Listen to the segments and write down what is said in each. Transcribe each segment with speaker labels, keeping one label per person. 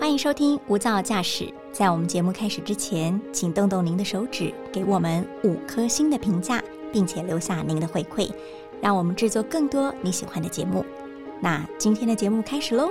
Speaker 1: 欢迎收听《无噪驾驶》。在我们节目开始之前，请动动您的手指，给我们五颗星的评价，并且留下您的回馈，让我们制作更多你喜欢的节目。那今天的节目开始喽！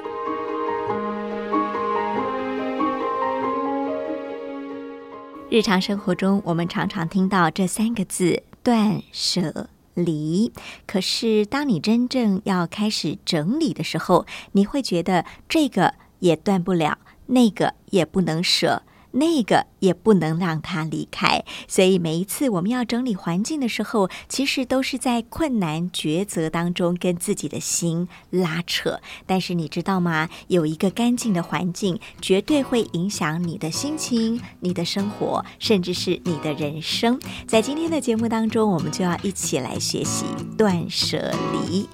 Speaker 1: 日常生活中，我们常常听到这三个字“断舍离”。可是，当你真正要开始整理的时候，你会觉得这个也断不了，那个也不能舍。那个也不能让它离开，所以每一次我们要整理环境的时候，其实都是在困难抉择当中跟自己的心拉扯。但是你知道吗？有一个干净的环境，绝对会影响你的心情、你的生活，甚至是你的人生。在今天的节目当中，我们就要一起来学习断舍离。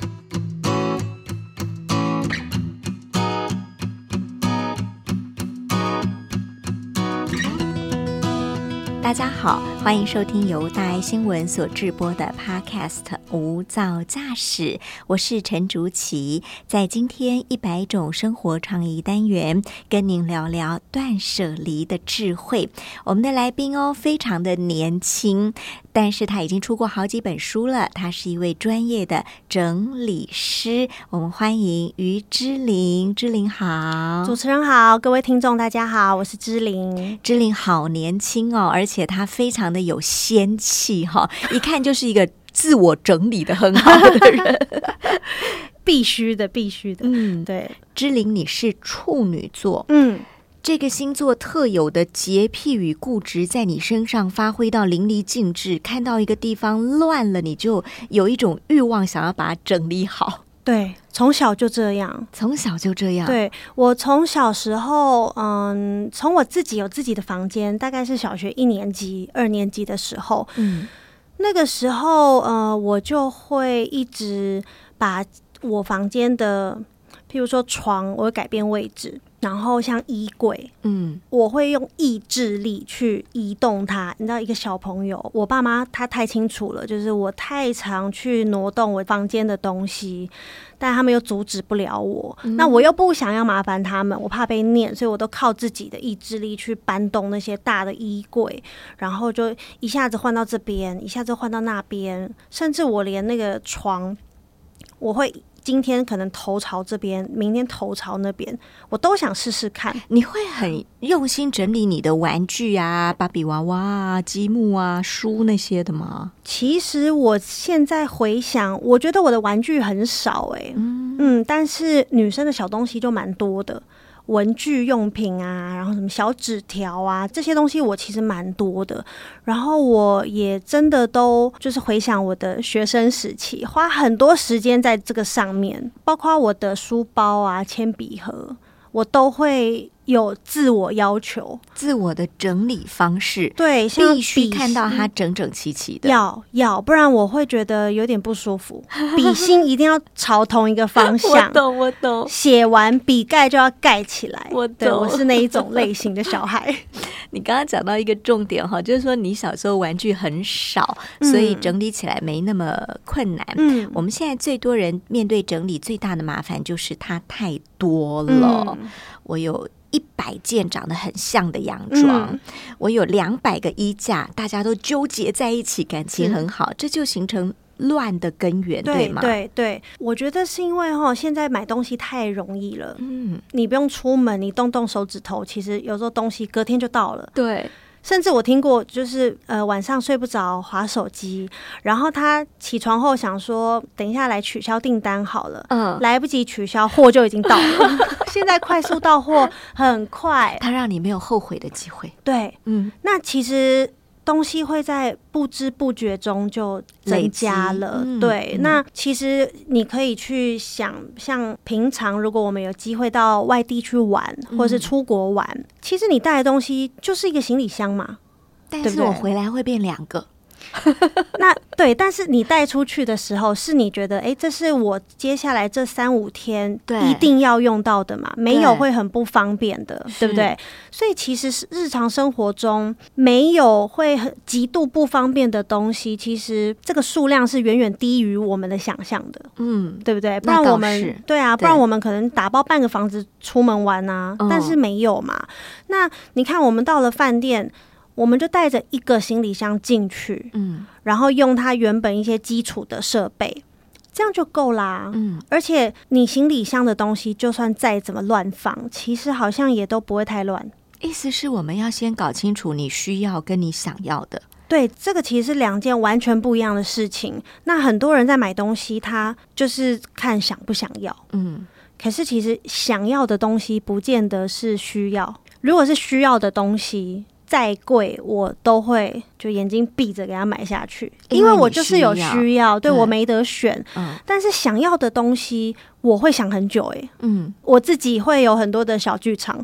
Speaker 1: 大家好，欢迎收听由大爱新闻所制播的 Podcast《无噪驾驶》，我是陈竹琪。在今天一百种生活创意单元，跟您聊聊断舍离的智慧。我们的来宾哦，非常的年轻，但是他已经出过好几本书了。他是一位专业的整理师，我们欢迎于之玲，之玲好，
Speaker 2: 主持人好，各位听众大家好，我是芝玲。
Speaker 1: 芝玲好年轻哦，而且她非常的有仙气哈、 一看就是一个自我整理的很好的人。
Speaker 2: 必须的，必须的。
Speaker 1: 嗯，
Speaker 2: 对，
Speaker 1: 芝玲，你是处女座，
Speaker 2: 嗯，
Speaker 1: 这个星座特有的洁癖与固执在你身上发挥到淋漓尽致。看到一个地方乱了，你就有一种欲望想要把它整理好，
Speaker 2: 对，从小就这样。
Speaker 1: 从小就这样。，
Speaker 2: 对我从小时候，嗯，从我自己有自己的房间，大概是小学一年级、二年级的时候，
Speaker 1: 嗯
Speaker 2: 那个时候，呃，我就会一直把我房间的，譬如说床，我会改变位置，然后像衣柜，
Speaker 1: 嗯
Speaker 2: 我会用意志力去移动它。你知道，一个小朋友，我爸妈他太清楚了，就是我太常去挪动我房间的东西，但他们又阻止不了我。那我又不想要麻烦他们，我怕被念，所以我都靠自己的意志力去搬动那些大的衣柜，然后就一下子换到这边，一下子换到那边，甚至我连那个床，我会。今天可能头朝这边，明天头朝那边，我都想试试看。
Speaker 1: 你会很用心整理你的玩具啊、芭比娃娃啊、积木啊、书那些的吗？
Speaker 2: 其实我现在回想，我觉得我的玩具很少哎、嗯但是女生的小东西就蛮多的，文具用品啊，然后什么小纸条啊，这些东西我其实蛮多的。然后我也真的都就是回想我的学生时期，花很多时间在这个上面，包括我的书包啊、铅笔盒，我都会有自我要求。
Speaker 1: 自我的整理方式，
Speaker 2: 对，像
Speaker 1: 必须
Speaker 2: 笔
Speaker 1: 看到
Speaker 2: 芯
Speaker 1: 它整整齐齐的。
Speaker 2: 要要，不然我会觉得有点不舒 服。笔芯一定要朝同一个方向，
Speaker 1: 懂， 我懂。
Speaker 2: 写完笔盖就要盖起来。
Speaker 1: 我
Speaker 2: 对我
Speaker 1: 懂
Speaker 2: 是那一种类型的 小孩，
Speaker 1: 你刚刚讲到一个重点哈，就是说你小时候玩具很少，所以
Speaker 2: 嗯
Speaker 1: 整理起来没那么困难。
Speaker 2: 嗯
Speaker 1: 我们现在最多人面对整理最大的麻烦就是它太多了。
Speaker 2: 嗯
Speaker 1: 我有一百件长得很像的洋装，
Speaker 2: 嗯
Speaker 1: 我有两百个衣架，大家都纠结在一起，感情
Speaker 2: 是
Speaker 1: 很好，这就形成乱的根源，
Speaker 2: 对
Speaker 1: 吗？，
Speaker 2: 对对，我觉得是因为哈，现在买东西太容易了，
Speaker 1: 嗯，
Speaker 2: 你不用出门，你动动手指头，其实有时候东西隔天就到了。
Speaker 1: 对，
Speaker 2: 甚至我听过，就是呃晚上睡不着，划手机，然后他起床后想说，等一下来取消订单好了，
Speaker 1: 嗯，
Speaker 2: 来不及取消，货就已经 到了。现在快速到货很快，
Speaker 1: 它让你没有后悔的机会。
Speaker 2: 对。
Speaker 1: 嗯，
Speaker 2: 那其实东西会在不知不觉中就增加了
Speaker 1: 累积，嗯
Speaker 2: 对。
Speaker 1: 嗯
Speaker 2: 那其实你可以去想，像平常如果我们有机会到外地去玩，或
Speaker 1: 嗯
Speaker 2: 是出国玩，其实你带的东西就是一个行李箱嘛，
Speaker 1: 但
Speaker 2: 对不
Speaker 1: 是我
Speaker 2: 对
Speaker 1: 回来会变两个，
Speaker 2: 那对，但是你带出去的时候，是你觉得，哎、这是我接下来这三五天
Speaker 1: 对
Speaker 2: 一定要用到的嘛？没
Speaker 1: 对
Speaker 2: 有会很不方便的，对
Speaker 1: 是
Speaker 2: 不对？所以其实是日常生活中没有会很极度不方便的东西，其实这个数量是远远低于我们的想象的，
Speaker 1: 嗯，
Speaker 2: 对不对？不
Speaker 1: 那
Speaker 2: 然
Speaker 1: 倒
Speaker 2: 我
Speaker 1: 是
Speaker 2: 们对啊，
Speaker 1: 对
Speaker 2: 不然我们可能打包半个房子出门玩啊，
Speaker 1: 嗯
Speaker 2: 但是没有嘛。那你看，我们到了饭店，我们就带着一个行李箱进去，
Speaker 1: 嗯
Speaker 2: 然后用它原本一些基础的设备，这样就够啦。
Speaker 1: 嗯，
Speaker 2: 而且你行李箱的东西，就算再怎么乱放，其实好像也都不会太乱。
Speaker 1: 意思是我们要先搞清楚你需要跟你想要的，
Speaker 2: 对，这个其实是两件完全不一样的事情。那很多人在买东西，他就是看想不想要，
Speaker 1: 嗯，
Speaker 2: 可是其实想要的东西不见得是需要。如果是需要的东西，再贵我都会就眼睛闭着给它买下去，
Speaker 1: 因
Speaker 2: 因
Speaker 1: 为
Speaker 2: 为我
Speaker 1: 你
Speaker 2: 就是
Speaker 1: 需
Speaker 2: 有
Speaker 1: 要
Speaker 2: 需要，对
Speaker 1: 对
Speaker 2: 我没得选。
Speaker 1: 嗯
Speaker 2: 但是想要的东西，我会想很久、欸。
Speaker 1: 嗯
Speaker 2: 我自己会有很多的小剧 场，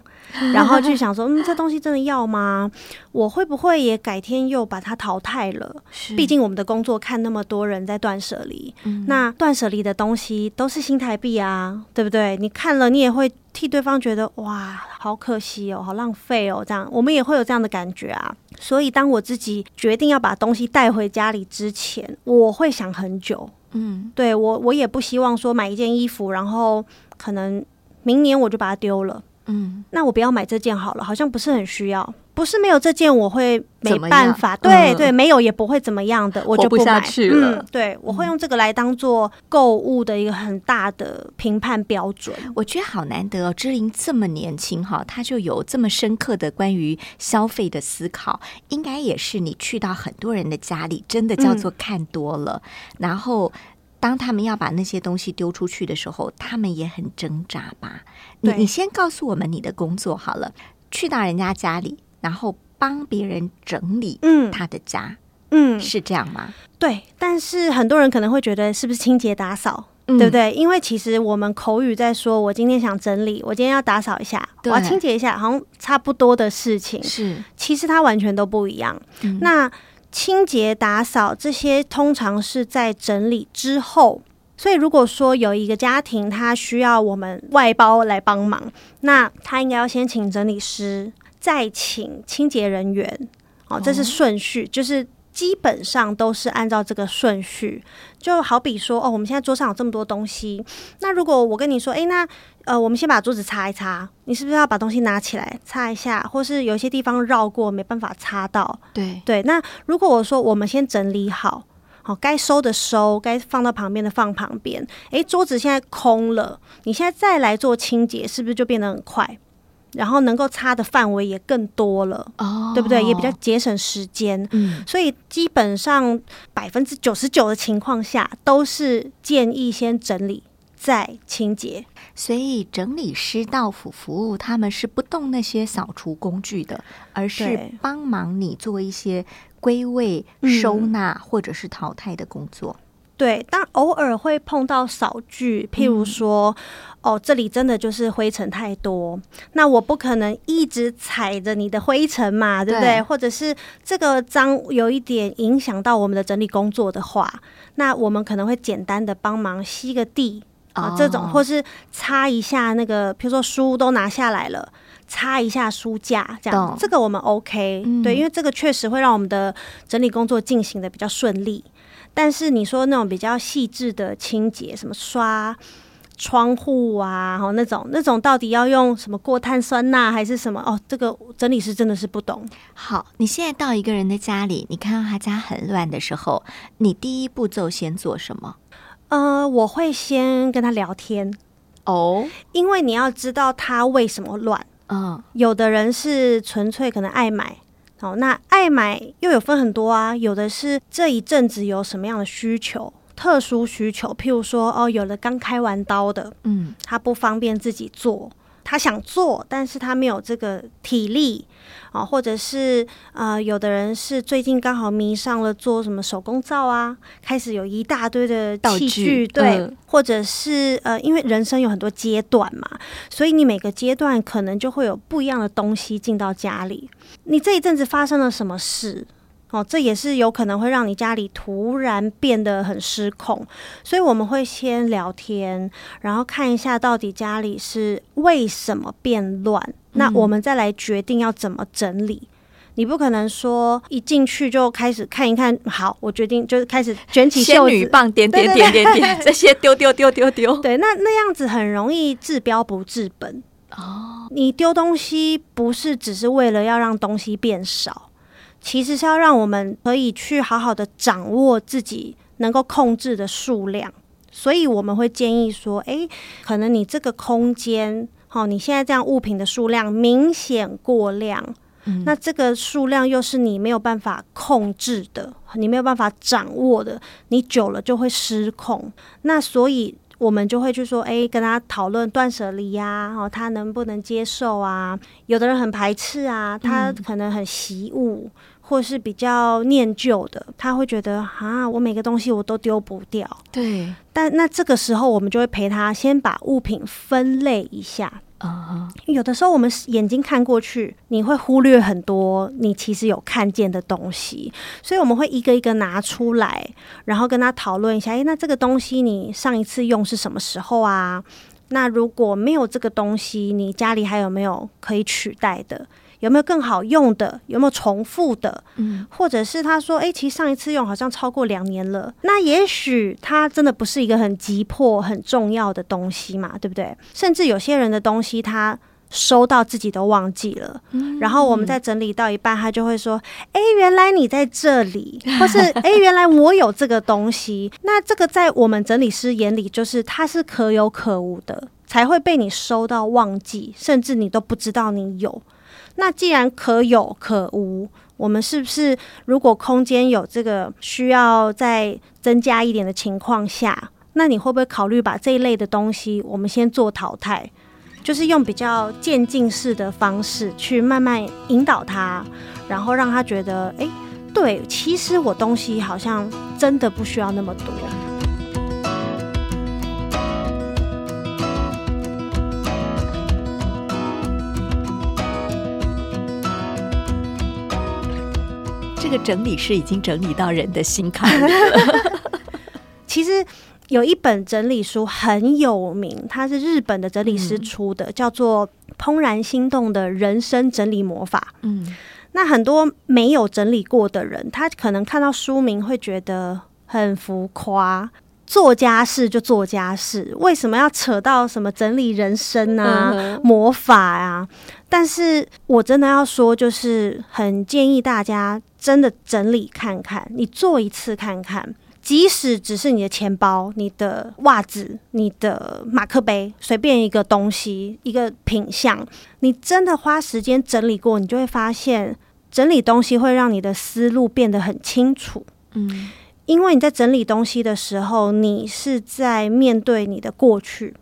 Speaker 2: 然后去想说，嗯，这东西真的要吗？我会不会也改天又把它淘汰了？
Speaker 1: 是
Speaker 2: 毕竟我们的工作看那么多人在断舍离，
Speaker 1: 嗯
Speaker 2: 那断舍离的东西都是新台币啊，对不对？你看了，你也会替对方觉得哇，好可惜哦，好浪费哦，这样我们也会有这样的感觉啊。所以，当我自己决定要把东西带回家里之前，我会想很久。
Speaker 1: 嗯
Speaker 2: 对我，我也不希望说买一件衣服，然后可能明年我就把它丢了。
Speaker 1: 嗯
Speaker 2: 那我不要买这件好了，好像不是很需要。不是没有这件我会没
Speaker 1: 怎么样
Speaker 2: 办法，对、
Speaker 1: 嗯
Speaker 2: 对，没有也不会怎么样的，我
Speaker 1: 活
Speaker 2: 就
Speaker 1: 不
Speaker 2: 买。
Speaker 1: 下去了
Speaker 2: 嗯，对，我会用这个来当做购物的一个很大的评判标准。
Speaker 1: 我觉得好难得哦，芝玲这么年轻哈，她就有这么深刻的关于消费的思考，应该也是你去到很多人的家里，真的叫
Speaker 2: 嗯
Speaker 1: 做看多了，然后。当他们要把那些东西丢出去的时候，他们也很挣扎吧？你
Speaker 2: 对
Speaker 1: 你先告诉我们你的工作好了，去到人家家里，然后帮别人整理
Speaker 2: 嗯
Speaker 1: 他的家，
Speaker 2: 嗯，
Speaker 1: 是这样吗？
Speaker 2: 对。但是很多人可能会觉得是不是清洁打扫？
Speaker 1: 嗯
Speaker 2: 对不？对？因为其实我们口语在说，我今天想整理，我今天要打扫一下，我
Speaker 1: 对
Speaker 2: 要清洁一下，好像差不多的事情，
Speaker 1: 嗯是，
Speaker 2: 其实它完全都不一样。
Speaker 1: 嗯
Speaker 2: 那清洁、打扫这些通常是在整理之后。所以，如果说有一个家庭，他需要我们外包来帮忙，那他应该要先请整理师，再请清洁人员。哦，这是顺序，就是基本上都是按照这个顺序。就好比说，哦，我们现在桌上有这么多东西，那如果我跟你说，诶，那呃，我们先把桌子擦一擦，你是不是要把东西拿起来擦一下，或是有些地方绕过没办法擦到？
Speaker 1: 对，
Speaker 2: 对，那如果我说我们先整理好，好、该收的收，该放到旁边的放旁边，诶，桌子现在空了，你现在再来做清洁，是不是就变得很快？然后能够擦的范围也更多了，
Speaker 1: 哦，
Speaker 2: 对不对？也比较，节省时间。
Speaker 1: 嗯，
Speaker 2: 所以基本上百分之九十九的情况下，都是建议先整理再清洁。
Speaker 1: 所以整理师到府服务，他们是不动那些扫除工具的，而是
Speaker 2: 对
Speaker 1: 帮忙你做一些归位、
Speaker 2: 嗯
Speaker 1: 收纳或者是淘汰的工作。
Speaker 2: 对，当偶尔会碰到扫具，譬如说，哦，这里真的就是灰尘太多，那我不可能一直踩着你的灰尘嘛，对不对？
Speaker 1: 对
Speaker 2: 或者是这个脏有一点影响到我们的整理工作的话，那我们可能会简单的帮忙吸个地啊、
Speaker 1: 哦
Speaker 2: 这种或是擦一下那个，譬如说书都拿下来了。擦一下书架，这样
Speaker 1: 懂
Speaker 2: 这个我们 OK，、
Speaker 1: 嗯
Speaker 2: 对，因为这个确实会让我们的整理工作进行的比较顺利。但是你说那种比较细致的清洁，什么刷窗户啊，哦那种那种到底要用什么过碳酸钠还是什么？哦，这个整理师真的是不懂。
Speaker 1: 好，你现在到一个人的家里，你看到他家很乱的时候，你第一步骤先做什么？
Speaker 2: 呃，我会先跟他聊天，
Speaker 1: 哦，
Speaker 2: 因为你要知道他为什么乱。
Speaker 1: 嗯，
Speaker 2: 有的人是纯粹可能爱买。哦，那爱买又有分很多啊，有的是这一阵子有什么样的需求，特殊需求，譬如说哦，有的刚开完刀的，
Speaker 1: 嗯，
Speaker 2: 他不方便自己做，他想做，但是他没有这个体力啊，或者是呃，有的人是最近刚好迷上了做什么手工皂啊，开始有一大堆的
Speaker 1: 道
Speaker 2: 器
Speaker 1: 具
Speaker 2: 具，对，
Speaker 1: 嗯
Speaker 2: 或者是呃，因为人生有很多阶段嘛，所以你每个阶段可能就会有不一样的东西进到家里。你这一阵子发生了什么事？哦，这也是有可能会让你家里突然变得很失控，所以我们会先聊天，然后看一下到底家里是为什么变乱，那
Speaker 1: 嗯
Speaker 2: 我们再来决定要怎么整理。你不可能说一进去就开始看一看，好，我决定就是开始卷起
Speaker 1: 仙
Speaker 2: 袖
Speaker 1: 女
Speaker 2: 子。
Speaker 1: 棒点点点点 点，这些丢丢丢丢丢。
Speaker 2: 对，那那样子很容易治标不治本。
Speaker 1: 哦，
Speaker 2: 你丢东西不是只是为了要让东西变少，其实是要让我们可以去好好的掌握自己能够控制的数量。所以我们会建议说，诶，可能你这个空间，好、你现在这样物品的数量明显过量，
Speaker 1: 嗯
Speaker 2: 那这个数量又是你没有办法控制的，你没有办法掌握的，你久了就会失控。那所以我们就会去说，诶，跟他讨论断舍离呀、哦，他能不能接受啊？有的人很排斥啊，他可能很习物。或是比较念旧的，他会觉得啊，我每个东西我都丢不掉，
Speaker 1: 对，
Speaker 2: 但那这个时候，我们就会陪他先把物品分类一下。
Speaker 1: 啊、
Speaker 2: 因为有的时候，我们眼睛看过去，你会忽略很多你其实有看见的东西，所以我们会一个一个拿出来，然后跟他讨论一下。诶，哎那这个东西你上一次用是什么时候啊？那如果没有这个东西，你家里还有没有可以取代的？有没有更好用的？有没有重复的？
Speaker 1: 嗯，
Speaker 2: 或者是他说，诶，哎其实上一次用好像超过两年了，那也许它真的不是一个很急迫、很重要的东西嘛，对不对？甚至有些人的东西他。收到自己都忘记了，然后我们再整理到一半，他就会说：“诶，原来你在这里，或是诶，原来我有这个东西。”那这个在我们整理师眼里，就是它是可有可无的，才会被你收到忘记，甚至你都不知道你有。那既然可有可无，我们是不是如果空间有这个需要再增加一点的情况下，那你会不会考虑把这一类的东西我们先做淘汰？就是用比较渐进式的方式去慢慢引导他，然后让他觉得，诶，对，其实我东西好像真的不需要那么多。
Speaker 1: 这个整理是已经整理到人的心坎了。
Speaker 2: 其实有一本整理书很有名，它是日本的整理师
Speaker 1: 嗯
Speaker 2: 出的，叫做《怦然心动的人生整理魔法》。
Speaker 1: 嗯，
Speaker 2: 那很多没有整理过的人，他可能看到书名会觉得很浮夸。做家事就做家事，为什么要扯到什么整理人生啊、
Speaker 1: 嗯哼
Speaker 2: 魔法啊？但是我真的要说，就是很建议大家真的整理看看，你做一次看看，即使只是你的钱包、你的袜子、你的马克杯，随便一个东西、一个品相，你真的花时间整理过，你就会发现，整理东西会让你的思路变得很清楚。
Speaker 1: 嗯，
Speaker 2: 因为你在整理东西的时候，你是在面对你的过去，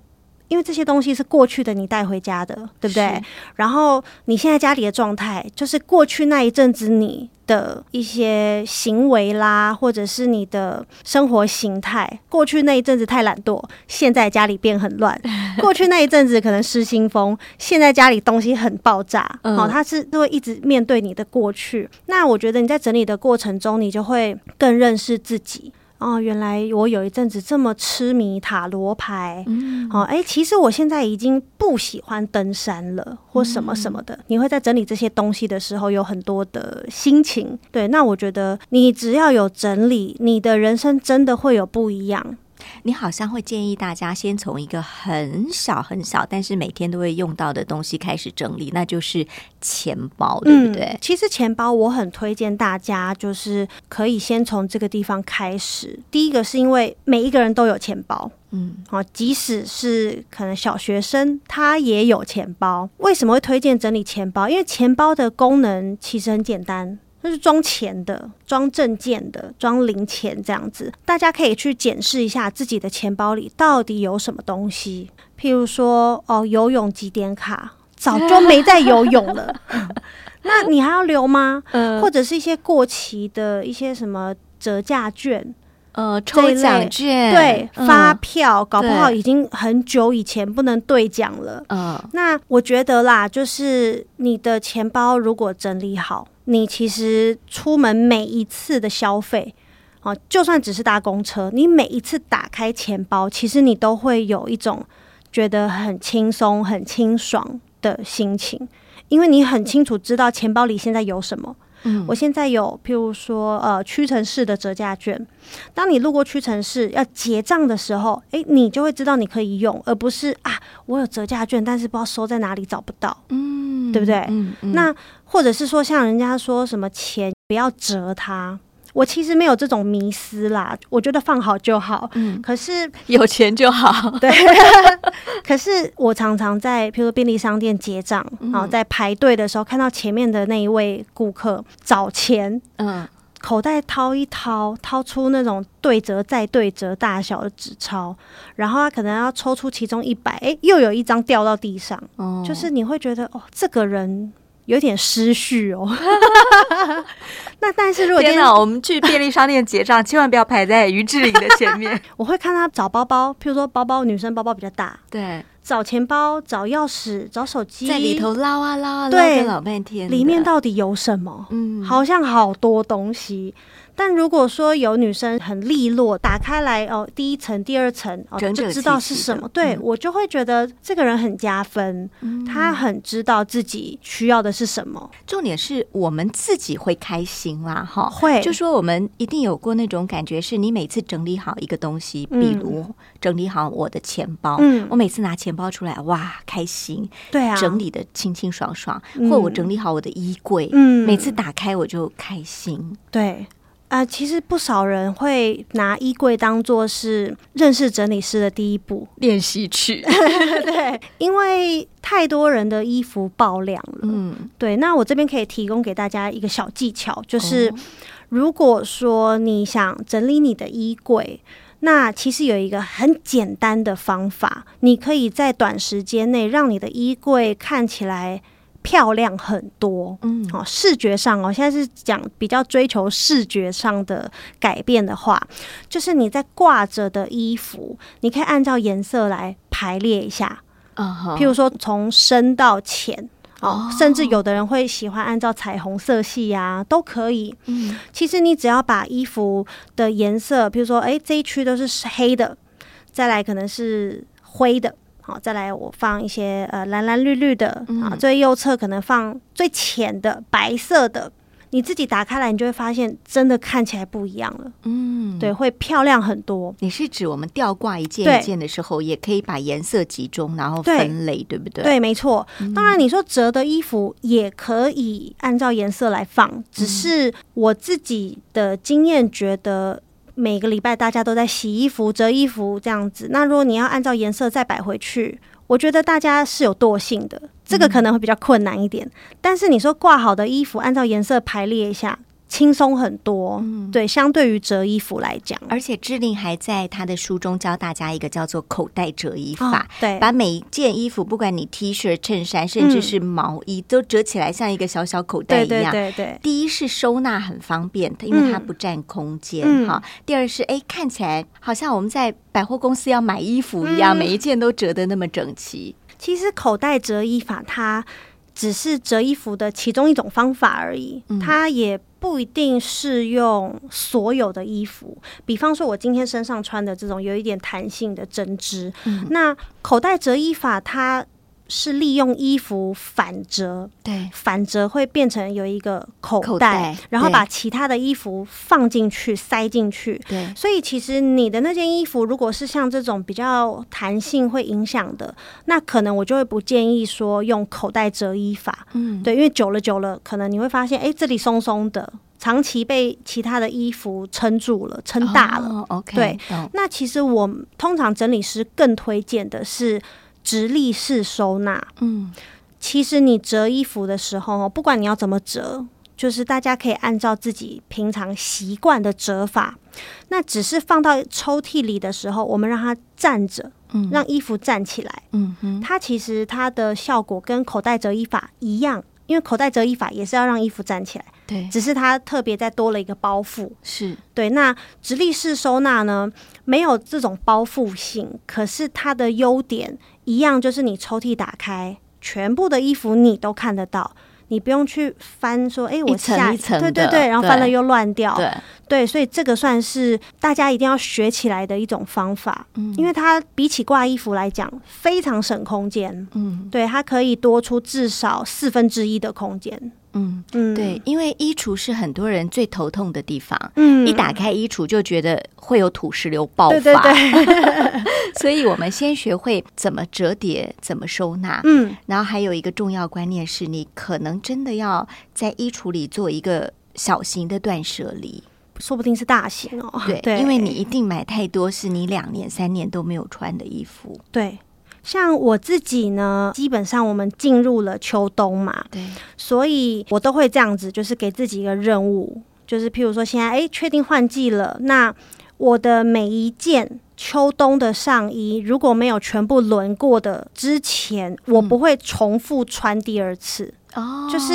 Speaker 2: 因为这些东西是过去的你带回家的，对不对？然后你现在家里的状态，就是过去那一阵子你的一些行为啦，或者是你的生活形态。过去那一阵子太懒惰，现在家里变很乱；过去那一阵子可能失心疯，现在家里东西很爆炸。好、
Speaker 1: 嗯
Speaker 2: 它是会一直面对你的过去。那我觉得你在整理的过程中，你就会更认识自己。哦，原来我有一阵子这么痴迷塔罗牌，
Speaker 1: 嗯
Speaker 2: 哦，哎、其实我现在已经不喜欢登山了，或什么什么的。
Speaker 1: 嗯
Speaker 2: 你会在整理这些东西的时候有很多的心情。对，那我觉得你只要有整理，你的人生真的会有不一样。
Speaker 1: 你好像会建议大家先从一个很小很小，但是每天都会用到的东西开始整理，那就是钱包，对不对？
Speaker 2: 嗯其实钱包我很推荐大家，就是可以先从这个地方开始。第一个是因为每一个人都有钱包，
Speaker 1: 嗯
Speaker 2: 哦，即使是可能小学生，他也有钱包。为什么会推荐整理钱包？因为钱包的功能其实很简单。就是装钱的、装证件的、装零钱这样子，大家可以去检视一下自己的钱包里到底有什么东西。譬如说，哦，游泳几点卡，早就没在游泳了， 那你还要留吗？
Speaker 1: 嗯
Speaker 2: 或者是一些过期的一些什么折价券，
Speaker 1: 呃，抽奖券
Speaker 2: 对，
Speaker 1: 嗯
Speaker 2: 发票、搞不好
Speaker 1: 对
Speaker 2: 已经很久以前不能兑奖了。
Speaker 1: 嗯
Speaker 2: 那我觉得啦，就是你的钱包如果整理好，你其实出门每一次的消费。哦，就算只是搭公车，你每一次打开钱包，其实你都会有一种觉得很轻松、很清爽的心情，因为你很清楚知道钱包里现在有什么。
Speaker 1: 嗯
Speaker 2: 我现在有，譬如说，呃，屈臣氏的折价券。当你路过屈臣氏要结账的时候，诶，你就会知道你可以用，而不是啊，我有折价券，但是不知道收在哪里，找不到。
Speaker 1: 嗯
Speaker 2: 对不对
Speaker 1: 嗯，嗯
Speaker 2: 那或者是说，像人家说什么钱不要折它，我其实没有这种迷思啦，我觉得放好就好。
Speaker 1: 嗯
Speaker 2: 可 是，
Speaker 1: 有钱就好。
Speaker 2: 对，可是我常常在，譬如说便利商店结账，
Speaker 1: 嗯
Speaker 2: 然后在排队的时候，看到前面的那一位顾客找钱，
Speaker 1: 嗯，
Speaker 2: 口袋掏一掏，掏出那种对折再对折大小的纸钞，然后他可能要抽出其中一百，诶，又有一张掉到地上，
Speaker 1: 哦
Speaker 2: 就是你会觉得哦，这个人有点失 序哦。那但是如果今
Speaker 1: 天
Speaker 2: 天
Speaker 1: 哪，我们去便利商店结账，千万不要排在于志玲的前面。
Speaker 2: 我会看他找包包，譬如说包包，女生包包比较大，
Speaker 1: 对，
Speaker 2: 找钱包、找钥匙、找手机，
Speaker 1: 在里头捞啊捞啊捞
Speaker 2: 对
Speaker 1: 个老半天的，
Speaker 2: 里面到底有什么？
Speaker 1: 嗯，
Speaker 2: 好像好多东西。但如果说有女生很利落，打开来哦，第一层、第二层哦，
Speaker 1: 整整
Speaker 2: 就知道
Speaker 1: 齐
Speaker 2: 是
Speaker 1: 齐
Speaker 2: 什
Speaker 1: 的
Speaker 2: 么。对、
Speaker 1: 嗯
Speaker 2: 我就会觉得这个人很加分，他很知道自己需要的是什么。
Speaker 1: 重点是我们自己会开心啦，哈，
Speaker 2: 会
Speaker 1: 哦就说我们一定有过那种感觉，是你每次整理好一个东西，
Speaker 2: 嗯
Speaker 1: 比如整理好我的钱包，
Speaker 2: 嗯
Speaker 1: 我每次拿钱包出来，哇，开心，
Speaker 2: 对啊，
Speaker 1: 哦整理的清清爽爽，
Speaker 2: 嗯
Speaker 1: 或我整理好我的衣柜，
Speaker 2: 嗯
Speaker 1: 每次打开我就开 心，
Speaker 2: 对。啊、其实不少人会拿衣柜当做是认识整理师的第 一步，
Speaker 1: 练习去，
Speaker 2: 对，因为太多人的衣服爆量了。
Speaker 1: 嗯，
Speaker 2: 对，那我这边可以提供给大家一个小技巧，
Speaker 1: 哦
Speaker 2: 就是如果说你想整理你的衣柜，那其实有一个很简单的方法，你可以在短时间内让你的衣柜看起来漂亮很多。
Speaker 1: 嗯
Speaker 2: 哦，视觉上哦，现在是讲比较追求视觉上的改变的话，就是你在挂着的衣服，你可以按照颜色来排列一下。
Speaker 1: 啊哈，
Speaker 2: 譬如说从深到浅。哦
Speaker 1: 哦，
Speaker 2: 甚至有的人会喜欢按照彩虹色系呀、都可以。
Speaker 1: 嗯
Speaker 2: 其实你只要把衣服的颜色，比如说，诶，这一区都是黑的，再来可能是灰的，好、再来我放一些呃蓝蓝绿绿的，
Speaker 1: 嗯
Speaker 2: 啊，最右侧可能放最浅的白色的，你自己打开来，你就会发现真的看起来不一样了，
Speaker 1: 嗯，
Speaker 2: 对，。会漂亮很多。
Speaker 1: 你是指我们吊挂一件
Speaker 2: 对
Speaker 1: 一件的时候，也可以把颜色集中，然后
Speaker 2: 对
Speaker 1: 分类，对不嗯对？
Speaker 2: 对，没错。当然，你说折的衣服也可以按照颜色来放，
Speaker 1: 嗯
Speaker 2: 只是我自己的经验觉得。每个礼拜大家都在洗衣服、折衣服这样子。那如果你要按照颜色再摆回去，我觉得大家是有惰性的，这个可能会比较困难一点。
Speaker 1: 嗯
Speaker 2: 但是你说挂好的衣服按照颜色排列一下，轻松很多。
Speaker 1: 嗯
Speaker 2: 对，相对于折衣服来讲，
Speaker 1: 而且志玲还在她的书中教大家一个叫做口袋折衣法。
Speaker 2: 哦对，
Speaker 1: 把每一件衣服，不管你 T 恤、衬
Speaker 2: 嗯
Speaker 1: 衫，甚至是毛衣，都折起来像一个小小口袋
Speaker 2: 对
Speaker 1: 一样。
Speaker 2: 对对对，
Speaker 1: 第一是收纳很方便，它因为它不占空间
Speaker 2: 嗯
Speaker 1: 哈、第二是哎，看起来好像我们在百货公司要买衣服一
Speaker 2: 嗯
Speaker 1: 样，每一件都折得那么整齐。
Speaker 2: 其实口袋折衣法它只是折衣服的其中一种方法而已，
Speaker 1: 嗯
Speaker 2: 它也不一定适用所有的衣服。比方说，我今天身上穿的这种有一点弹性的针织，
Speaker 1: 嗯
Speaker 2: 那口袋折衣法它是利用衣服反折，
Speaker 1: 对，
Speaker 2: 反折会变成有一个口袋，
Speaker 1: 口袋
Speaker 2: 然后
Speaker 1: 对
Speaker 2: 把其他的衣服放进去、塞进去。
Speaker 1: 对
Speaker 2: 所以其实你的那件衣服，如果是像这种比较弹性会影响的，那可能我就会不建议说用口袋折衣法。
Speaker 1: 嗯，
Speaker 2: 对，因为久了久了，可能你会发现，哎，这里松松的，长期被其他的衣服撑住了，撑大了。
Speaker 1: 哦、OK，
Speaker 2: 对
Speaker 1: 懂，
Speaker 2: 那其实我通常整理师更推荐的是直立式收纳。
Speaker 1: 嗯，
Speaker 2: 其实你折衣服的时候，不管你要怎么折，就是大家可以按照自己平常习惯的折法。那只是放到抽屉里的时候，我们让它站着，
Speaker 1: 嗯
Speaker 2: 让衣服站起来。
Speaker 1: 嗯哼，
Speaker 2: 它其实它的效果跟口袋折衣法一样，因为口袋折衣法也是要让衣服站起来，
Speaker 1: 对，
Speaker 2: 只是它特别再多了一个包袱。
Speaker 1: 是
Speaker 2: 对，那直立式收纳呢，没有这种包覆性，可是它的优点一样，就是你抽屉打开，全部的衣服你都看得到。你不用去翻说，哎，我下
Speaker 1: 一层一层
Speaker 2: 对对
Speaker 1: 的
Speaker 2: 对，然后
Speaker 1: 对
Speaker 2: 翻了又乱掉，
Speaker 1: 对，
Speaker 2: 对，所以这个算是大家一定要学起来的一种方法，
Speaker 1: 嗯
Speaker 2: 因为它比起挂衣服来讲，非常省空间，
Speaker 1: 嗯
Speaker 2: 对，它可以多出至少四分之一的空间，
Speaker 1: 嗯，
Speaker 2: 嗯，
Speaker 1: 对，，因为衣橱是很多人最头痛的地方。
Speaker 2: 嗯，
Speaker 1: 一打开衣橱就觉得会有土石流爆发，
Speaker 2: 对对对，
Speaker 1: 所以我们先学会怎么折叠，怎么收纳。
Speaker 2: 嗯，
Speaker 1: 然后还有一个重要观念是，你可能真的要在衣橱里做一个小型的断舍离，
Speaker 2: 说不定是大型哦，
Speaker 1: 对，
Speaker 2: 对，
Speaker 1: 因为你一定买太多是你两年、三年都没有穿的衣服，
Speaker 2: 对。像我自己呢，基本上我们进入了秋冬嘛，
Speaker 1: 对，
Speaker 2: 所以我都会这样子，就是给自己一个任务，就是譬如说现在诶确定换季了，那我的每一件秋冬的上衣如果没有全部轮过的之前，我
Speaker 1: 嗯
Speaker 2: 不会重复穿第二次，
Speaker 1: 哦，
Speaker 2: 就是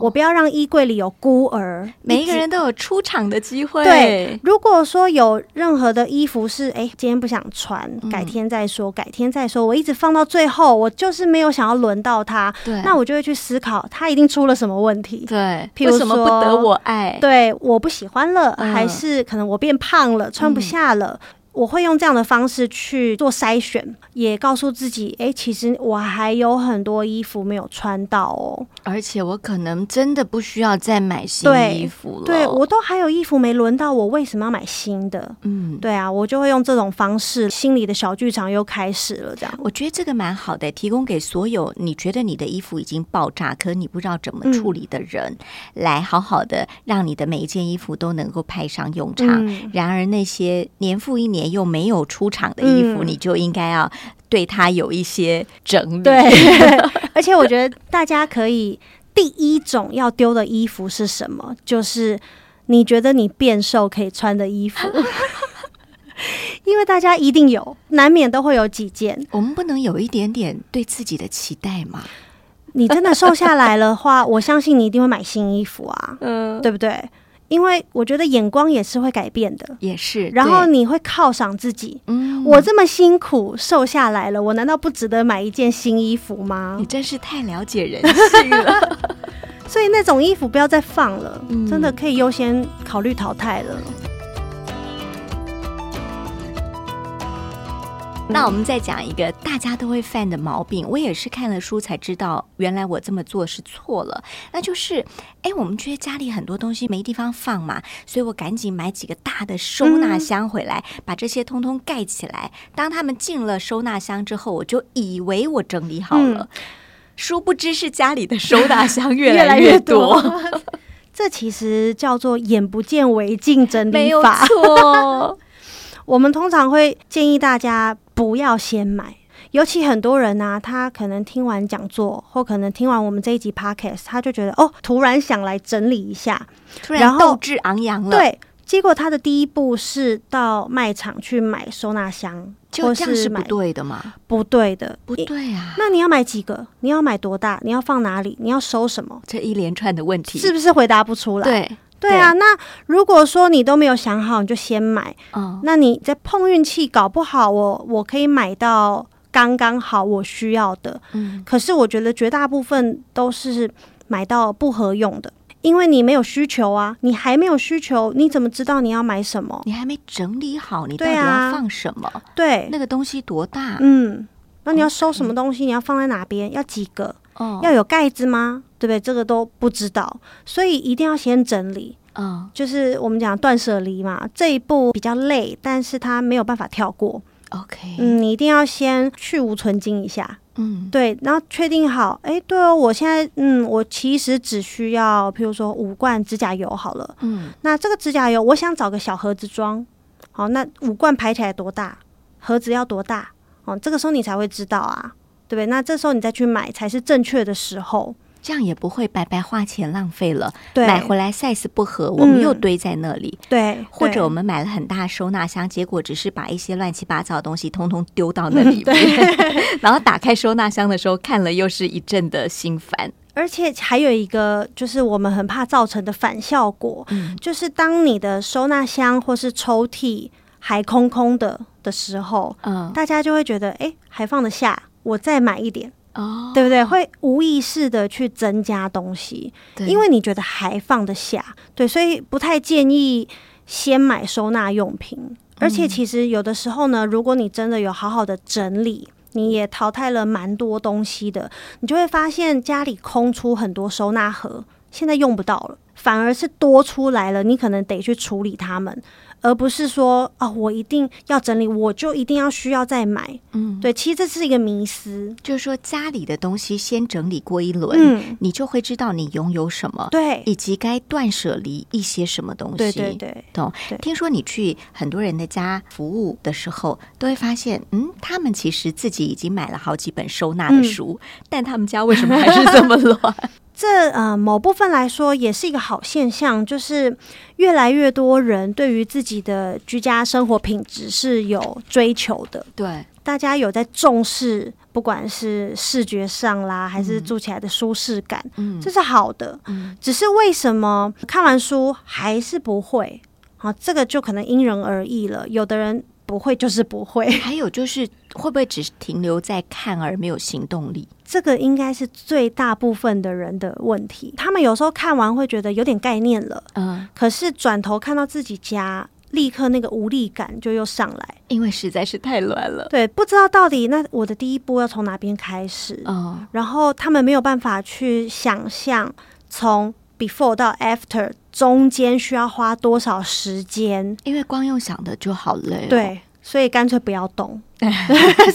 Speaker 2: 我不要让衣柜里有孤儿。
Speaker 1: 每一
Speaker 2: 直
Speaker 1: 个人都有出场的机会，
Speaker 2: 对，如果说有任何的衣服是诶今天不想穿，
Speaker 1: 嗯
Speaker 2: 改天再说，改天再说，我一直放到最后，我就是没有想要轮到它，
Speaker 1: 对，
Speaker 2: 那我就会去思考，它一定出了什么问题。
Speaker 1: 对，
Speaker 2: 譬如
Speaker 1: 为什么不
Speaker 2: 说
Speaker 1: 得我爱？
Speaker 2: 对，我不喜欢了，
Speaker 1: 嗯
Speaker 2: 还是可能我变胖了，穿不下了。我会用这样的方式去做筛选，也告诉自己，诶，其实我还有很多衣服没有穿到哦，
Speaker 1: 而且我可能真的不需要再买新
Speaker 2: 对
Speaker 1: 衣服了，
Speaker 2: 对我都还有衣服没轮到，我为什么要买新的？
Speaker 1: 嗯。
Speaker 2: 对啊，我就会用这种方式，心里的小剧场又开始了，这样。
Speaker 1: 我觉得这个蛮好的，提供给所有你觉得你的衣服已经爆炸，可你不知道怎么处理的人，嗯来好好的让你的每一件衣服都能够派上用场。
Speaker 2: 嗯，
Speaker 1: 然而，那些年复一年又没有出场的衣服，
Speaker 2: 嗯
Speaker 1: 你就应该要对它有一些整 理。
Speaker 2: 对，而且我觉得大家可以第一种要丢的衣服是什么？就是你觉得你变瘦可以穿的 衣服，因为大家一定有，难免都会有几件。
Speaker 1: 我们不能有一点点对自己的期待嘛？
Speaker 2: 你真的瘦下来的话，我相信你一定会买新衣服啊，
Speaker 1: 嗯，
Speaker 2: 对不对？因为我觉得眼光也是会改变的，
Speaker 1: 也是。
Speaker 2: 然后
Speaker 1: 对，
Speaker 2: 你会犒赏自己。
Speaker 1: 嗯，
Speaker 2: 我这么辛苦瘦下来了，我难道不值得买一件新衣服
Speaker 1: 你
Speaker 2: 吗？
Speaker 1: 真是太了解人性了。
Speaker 2: 所以那种衣服不要再放了，
Speaker 1: 嗯
Speaker 2: 真的可以优先考虑淘汰了。
Speaker 1: 那我们再讲一个大家都会犯的毛病，我也是看了书才知道，原来我这么做是错了。那就是，哎，我们觉得家里很多东西没地方放嘛，所以我赶紧买几个大的收纳箱回来，把这些通通盖起来。当他们进了收纳箱之后，我就以为我整理好了，殊不知是家里的收纳箱嗯 越来
Speaker 2: 越
Speaker 1: 多，
Speaker 2: 多 这其实叫做眼不见为净整
Speaker 1: 没
Speaker 2: 理
Speaker 1: 有
Speaker 2: 法。
Speaker 1: 错。
Speaker 2: 我们通常会建议大家不要先买。尤其很多人啊，他可能听完讲座，或可能听完我们这一集 podcast，他就觉得哦，突然想来整理一下，
Speaker 1: 突 然
Speaker 2: 然后
Speaker 1: 斗志昂扬了，，
Speaker 2: 对。结果他的第一步是到卖场去买收纳箱，
Speaker 1: 就这样
Speaker 2: 或
Speaker 1: 是
Speaker 2: 是
Speaker 1: 不
Speaker 2: 买
Speaker 1: 对的嘛？
Speaker 2: 不对的，
Speaker 1: 不
Speaker 2: 一
Speaker 1: 对啊，
Speaker 2: 那你要买几个？你要买多大？你要放哪里？你要收什么？
Speaker 1: 这一连串的问题
Speaker 2: 是不是回答不出来？
Speaker 1: 对，
Speaker 2: 对啊，那如果说你都没有想好，你就先买。
Speaker 1: 嗯。
Speaker 2: 那你再碰运气，搞不好我我可以买到刚刚好我需要的。
Speaker 1: 嗯
Speaker 2: 可是我觉得绝大部分都是买到不合用的，因为你没有需求啊，你还没有需求，你怎么知道你要买什么？
Speaker 1: 你还没整理好，你到底
Speaker 2: 对
Speaker 1: 要
Speaker 2: 啊
Speaker 1: 放什么？
Speaker 2: 对，
Speaker 1: 那个东西多大？
Speaker 2: 嗯，那你要收什么东西？你要放在哪边？要几个？
Speaker 1: 哦，
Speaker 2: 嗯要有盖子吗？对不对？这个都不知道，所以一定要先整理。
Speaker 1: 嗯，
Speaker 2: 就是我们讲断舍离嘛，这一步比较累，但是它没有办法跳过。
Speaker 1: OK，嗯
Speaker 2: 嗯，你一定要先去无存精一下，
Speaker 1: 嗯
Speaker 2: 对，然后确定好，哎，对哦，我现在嗯，我其实只需要，譬如说五罐指甲油好了。
Speaker 1: 嗯
Speaker 2: 那这个指甲油，我想找个小盒子装。好，那五罐排起来多大？盒子要多大？哦，这个时候你才会知道啊，对不对？那这时候你再去买才是正确的时候。
Speaker 1: 这样也不会白白花钱浪费了。
Speaker 2: 对，
Speaker 1: 买回来 size 不合，我们
Speaker 2: 嗯
Speaker 1: 又堆在那里，
Speaker 2: 对，
Speaker 1: 或者
Speaker 2: 对
Speaker 1: 我们买了很大的收纳箱，结果只是把一些乱七八糟的东西通通丢到那里
Speaker 2: 嗯
Speaker 1: 面，然后打开收纳箱的时候，看了又是一阵的心烦。
Speaker 2: 而且还有一个就是我们很怕造成的反效果，
Speaker 1: 嗯
Speaker 2: 就是当你的收纳箱或是抽屉还空空的的时候，
Speaker 1: 嗯，
Speaker 2: 大家就会觉得，哎、还放得下，我再买一点。
Speaker 1: 哦，
Speaker 2: 对不对？会无意识的去增加东西，
Speaker 1: 对
Speaker 2: 因为你觉得还放得下，对，所以不太建议先买收纳用品。而且其实有的时候呢，如果你真的有好好的整理，你也淘汰了蛮多东西的，你就会发现家里空出很多收纳盒，现在用不到了，反而是多出来了，你可能得去处理它们，而不是说啊、我一定要整理，我就一定要需要再买。
Speaker 1: 嗯，
Speaker 2: 对，其实这是一个迷思。
Speaker 1: 就是说家里的东西先整理过一轮，
Speaker 2: 嗯，
Speaker 1: 你就会知道你拥有什么，
Speaker 2: 对，
Speaker 1: 以及该断舍离一些什么东西。
Speaker 2: 对对对，
Speaker 1: 懂
Speaker 2: 对？
Speaker 1: 听说你去很多人的家服务的时候，都会发现，嗯，他们其实自己已经买了好几本收纳的
Speaker 2: 嗯
Speaker 1: 书，但他们家为什 么还是这么乱？
Speaker 2: 这呃某部分来说也是一个好现象，就是越来越多人对于自己的居家生活品质是有追求的，
Speaker 1: 对，
Speaker 2: 大家有在重视，不管是视觉上啦，还是住起来的舒适感，
Speaker 1: 嗯
Speaker 2: 这是好的。
Speaker 1: 嗯
Speaker 2: 只是为什么看完书还是不会？好、这个就可能因人而异了。有的人不会就是不会，
Speaker 1: 还有就是，会不会只是停留在看而没有行动力？
Speaker 2: 这个应该是最大部分的人的问题。他们有时候看完会觉得有点概念了。
Speaker 1: 嗯，
Speaker 2: 可是转头看到自己家，立刻那个无力感就又上来。
Speaker 1: 因为实在是太乱了。
Speaker 2: 对，不知道到底那我的第一步要从哪边开始，
Speaker 1: 哦，
Speaker 2: 然后他们没有办法去想象从 before 到 after 中间需要花多少时间。
Speaker 1: 因为光用想的就好累、哦。，
Speaker 2: 对，所以干脆不要动。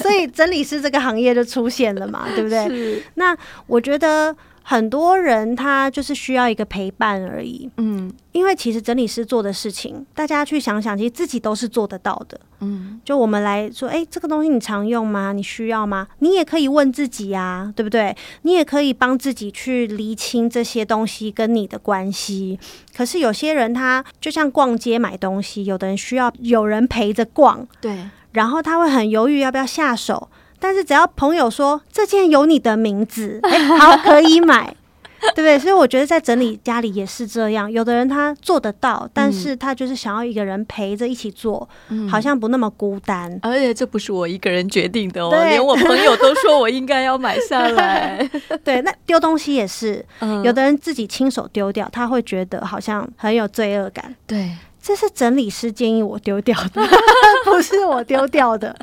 Speaker 2: 所以整理师这个行业就出现了嘛，对不对？
Speaker 1: 是，
Speaker 2: 那我觉得很多人他就是需要一个陪伴而已。
Speaker 1: 嗯
Speaker 2: 因为其实整理师做的事情，大家去想想，其实自己都是做得到的。
Speaker 1: 嗯，
Speaker 2: 就我们来说，诶，这个东西你常用吗？你需要吗？你也可以问自己呀、对不对？你也可以帮自己去厘清这些东西跟你的关系。可是有些人他就像逛街买东西，有的人需要有人陪着逛，
Speaker 1: 对，
Speaker 2: 然后他会很犹豫要不要下手。但是只要朋友说这件有你的名 字，哎、好可以买， 对不对？所以我觉得在整理家里也是这样，有的人他做得到，但是他就是想要一个人陪着一起做，
Speaker 1: 嗯
Speaker 2: 好像不那么孤 单。
Speaker 1: 而且这不是我一个人决定的哦，
Speaker 2: 对
Speaker 1: 连我朋友都说我应该要买下 来。
Speaker 2: 对，那丢东西也是，
Speaker 1: 嗯
Speaker 2: 有的人自己亲手丢掉，他会觉得好像很有罪恶感。
Speaker 1: 对，
Speaker 2: 这是整理师建议我丢掉的， 不是我丢掉的。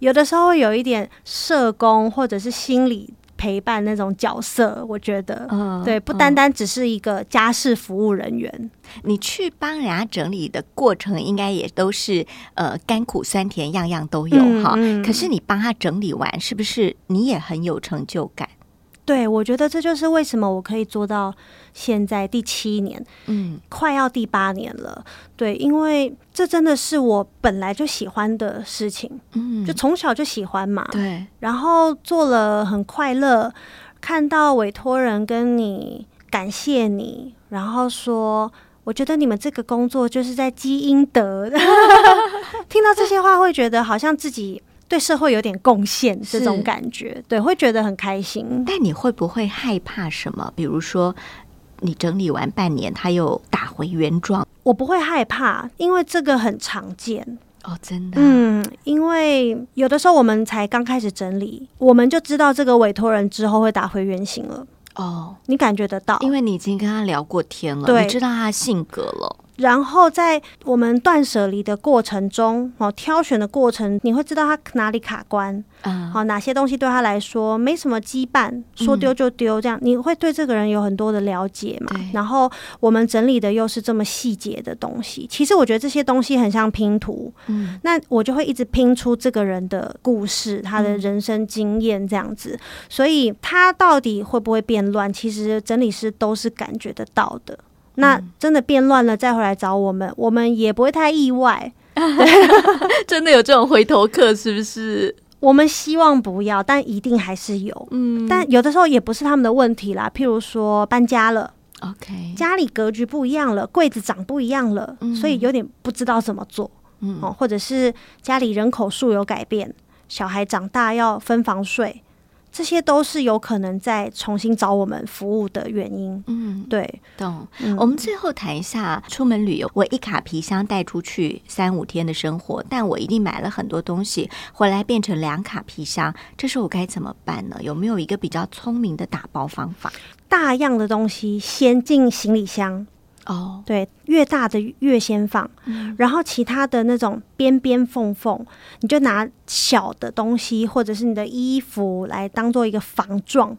Speaker 2: 有的时候会有一点社工或者是心理陪伴那种角色，我觉得，
Speaker 1: 嗯
Speaker 2: 对，不单单只是一个家事服务人员，
Speaker 1: 你去帮人家整理的过程，应该也都是呃甘苦酸甜样样都有
Speaker 2: 嗯
Speaker 1: 哈。
Speaker 2: 嗯
Speaker 1: 可是你帮他整理完，是不是你也很有成就感？
Speaker 2: 对我觉得这就是为什么我可以做到现在第七年，
Speaker 1: 嗯
Speaker 2: 快要第八年了，对，因为这真的是我本来就喜欢的事情，
Speaker 1: 嗯
Speaker 2: 就从小就喜欢嘛，
Speaker 1: 对，
Speaker 2: 然后做了很快乐，看到委托人跟你感谢你，然后说。我觉得你们这个工作就是在积阴德，听到这些话会觉得好像自己对社会有点贡献这
Speaker 1: 是
Speaker 2: 种感觉，对，会觉得很开心。
Speaker 1: 但你会不会害怕什么？比如说，你整理完半年，它又打回原状
Speaker 2: 我不会害怕，因为这个很常见。
Speaker 1: 哦，真的啊、
Speaker 2: 嗯，因为有的时候我们才刚开始整理，我们就知道这个委托人之后会打回原形了，
Speaker 1: 哦，
Speaker 2: 你感觉得到，
Speaker 1: 因为你已经跟他聊过天了，
Speaker 2: 对
Speaker 1: 你知道他的性格了，
Speaker 2: 然后在我们断舍离的过程中，哦，挑选的过程，你会知道他哪里卡关，
Speaker 1: 啊、
Speaker 2: 好、哪些东西对他来说没什么羁绊，说丢就丢，这样、你会对这个人有很多的了解嘛
Speaker 1: 嗯对？
Speaker 2: 然后我们整理的又是这么细节的东西，其实我觉得这些东西很像拼图，
Speaker 1: 嗯，
Speaker 2: 那我就会一直拼出这个人的故事，他的
Speaker 1: 嗯
Speaker 2: 人生经验这样子，所以他到底会不会变乱，其实整理师都是感觉得到的。那
Speaker 1: 嗯
Speaker 2: 真的变乱了，再回来找我们，我们也不会太意外。
Speaker 1: 真的有这种回头客，是不是？
Speaker 2: 我们希望不要，但一定还是有。
Speaker 1: 嗯
Speaker 2: 但有的时候也不是他们的问题啦，譬如说搬家了，
Speaker 1: OK，
Speaker 2: 家里格局不一样了，柜子长不一样了，
Speaker 1: 嗯
Speaker 2: 所以有点不知道怎么做。
Speaker 1: 嗯
Speaker 2: 哦，或者是家里人口数有改变，小孩长大要分房睡，这些都是有可能再重新找我们服务的原因。
Speaker 1: 嗯，
Speaker 2: 对，
Speaker 1: 懂。
Speaker 2: 嗯
Speaker 1: 我们最后谈一下出门旅游，我一卡皮箱带出去三五天的生活，但我一定买了很多东西，回来变成两卡皮箱，这时候我该怎么办呢？有没有一个比较聪明的打包方法？
Speaker 2: 大样的东西先进行李箱，
Speaker 1: 哦，
Speaker 2: 对，越大的越先放，然后其他的那种边边缝缝，你就拿小的东西或者是你的衣服来当做一个防撞。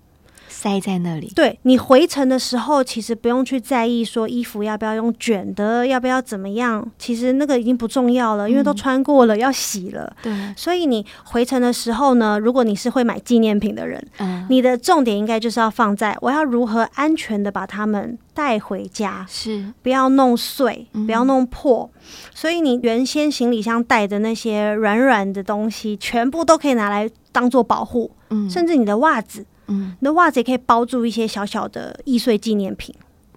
Speaker 1: 塞在那里。
Speaker 2: 对你回程的时候，其实不用去在意说衣服要不要用卷的，要不要怎么样，其实那个已经不重要了，因为都穿过了，要洗了。
Speaker 1: 对，
Speaker 2: 所以你回程的时候呢，如果你是会买纪念品的人，
Speaker 1: 嗯，
Speaker 2: 你的重点应该就是要放在我要如何安全的把它们带回家，
Speaker 1: 是
Speaker 2: 不要弄碎，
Speaker 1: 嗯
Speaker 2: 不要弄破。所以你原先行李箱带的那些软软的东西，全部都可以拿来当做保护，
Speaker 1: 嗯
Speaker 2: 甚至你的袜子，
Speaker 1: 嗯
Speaker 2: 你的袜子也可以包住一些小小的易碎纪念品。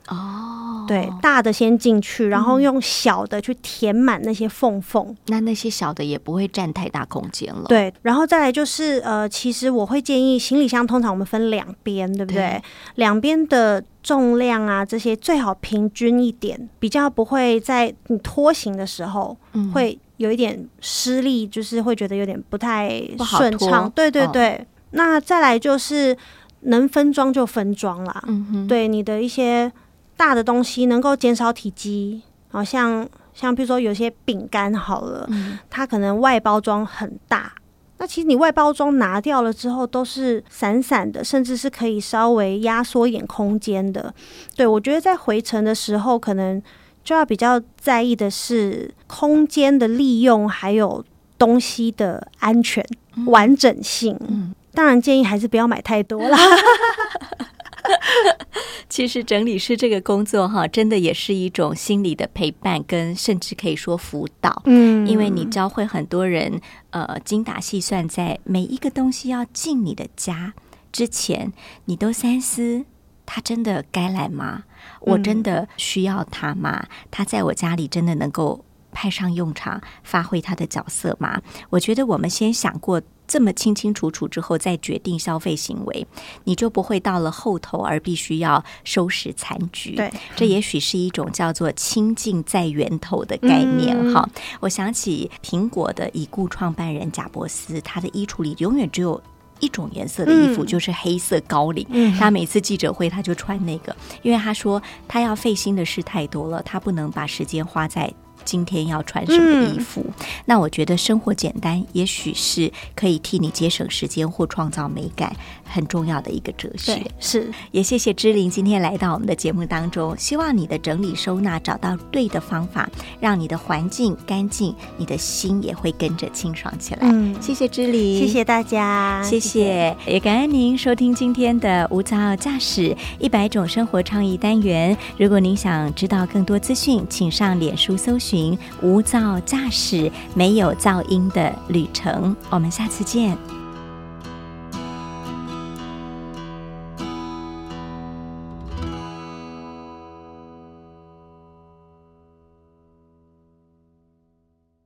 Speaker 1: 哦，嗯
Speaker 2: 对，大的先进去，然后用小的去填满那些缝缝。
Speaker 1: 那那些小的也不会占太大空间了。，
Speaker 2: 对，然后再来就是呃，其实我会建议行李箱通常我们分两边，对不对？
Speaker 1: 对
Speaker 2: 两边的重量啊，这些最好平均一点，比较不会在你拖行的时候
Speaker 1: 嗯，
Speaker 2: 会有一点失力，就是会觉得有点不太
Speaker 1: 不好
Speaker 2: 顺
Speaker 1: 拖
Speaker 2: 畅。对对
Speaker 1: 嗯
Speaker 2: 对，那再来就是能分装就分装啦，
Speaker 1: 嗯哼，
Speaker 2: 对你的一些大的东西能够减少体积，好像像比如说有些饼干好了，
Speaker 1: 嗯
Speaker 2: 它可能外包装很大。那其实你外包装拿掉了之后，都是散散的，甚至是可以稍微压缩一点空间的。对我觉得在回程的时候，可能就要比较在意的是空间的利用，还有东西的安全、完整性。
Speaker 1: 嗯
Speaker 2: 当然建议还是不要买太 多啦。
Speaker 1: 其实整理师这个工作哈，真的也是一种心理的陪伴，跟甚至可以说辅导。
Speaker 2: 嗯
Speaker 1: 因为你教会很多人，呃，精打细算，在每一个东西要进你的家之前，你都三思：它真的该来吗？
Speaker 2: 嗯
Speaker 1: 我真的需要它吗？它在我家里真的能够派上用场，发挥它的角色吗？我觉得我们先想过这么清清楚楚之后，再决定消费行为，你就不会到了后头而必须要收拾残局。
Speaker 2: 对，
Speaker 1: 这也许是一种叫做“清净在源头”的概念
Speaker 2: 嗯
Speaker 1: 哈、我想起苹果的已故创办人贾伯斯，他的衣橱里永远只有一种颜色的衣服，
Speaker 2: 嗯
Speaker 1: 就是黑色高领。
Speaker 2: 嗯
Speaker 1: 他每次记者会他就穿那个，因为他说他要费心的事太多了，他不能把时间花在。今天要穿什么
Speaker 2: 嗯
Speaker 1: 衣服？那我觉得生活简单，也许是可以替你节省时间或创造美感很重要的一个哲学
Speaker 2: 对。是
Speaker 1: 也谢谢芝玲今天来到我们的节目当中，希望你的整理收纳找到对的方法，让你的环境干净，你的心也会跟着清爽起来。
Speaker 2: 嗯
Speaker 1: 谢谢芝玲，
Speaker 2: 谢谢啊大家，
Speaker 1: 谢谢，也感恩您收听今天的无噪驾驶一百种生活创意单元。如果您想知道更多资讯，请上脸书搜寻“无噪驾驶”，没有噪音的旅程。我们下次见，拜拜。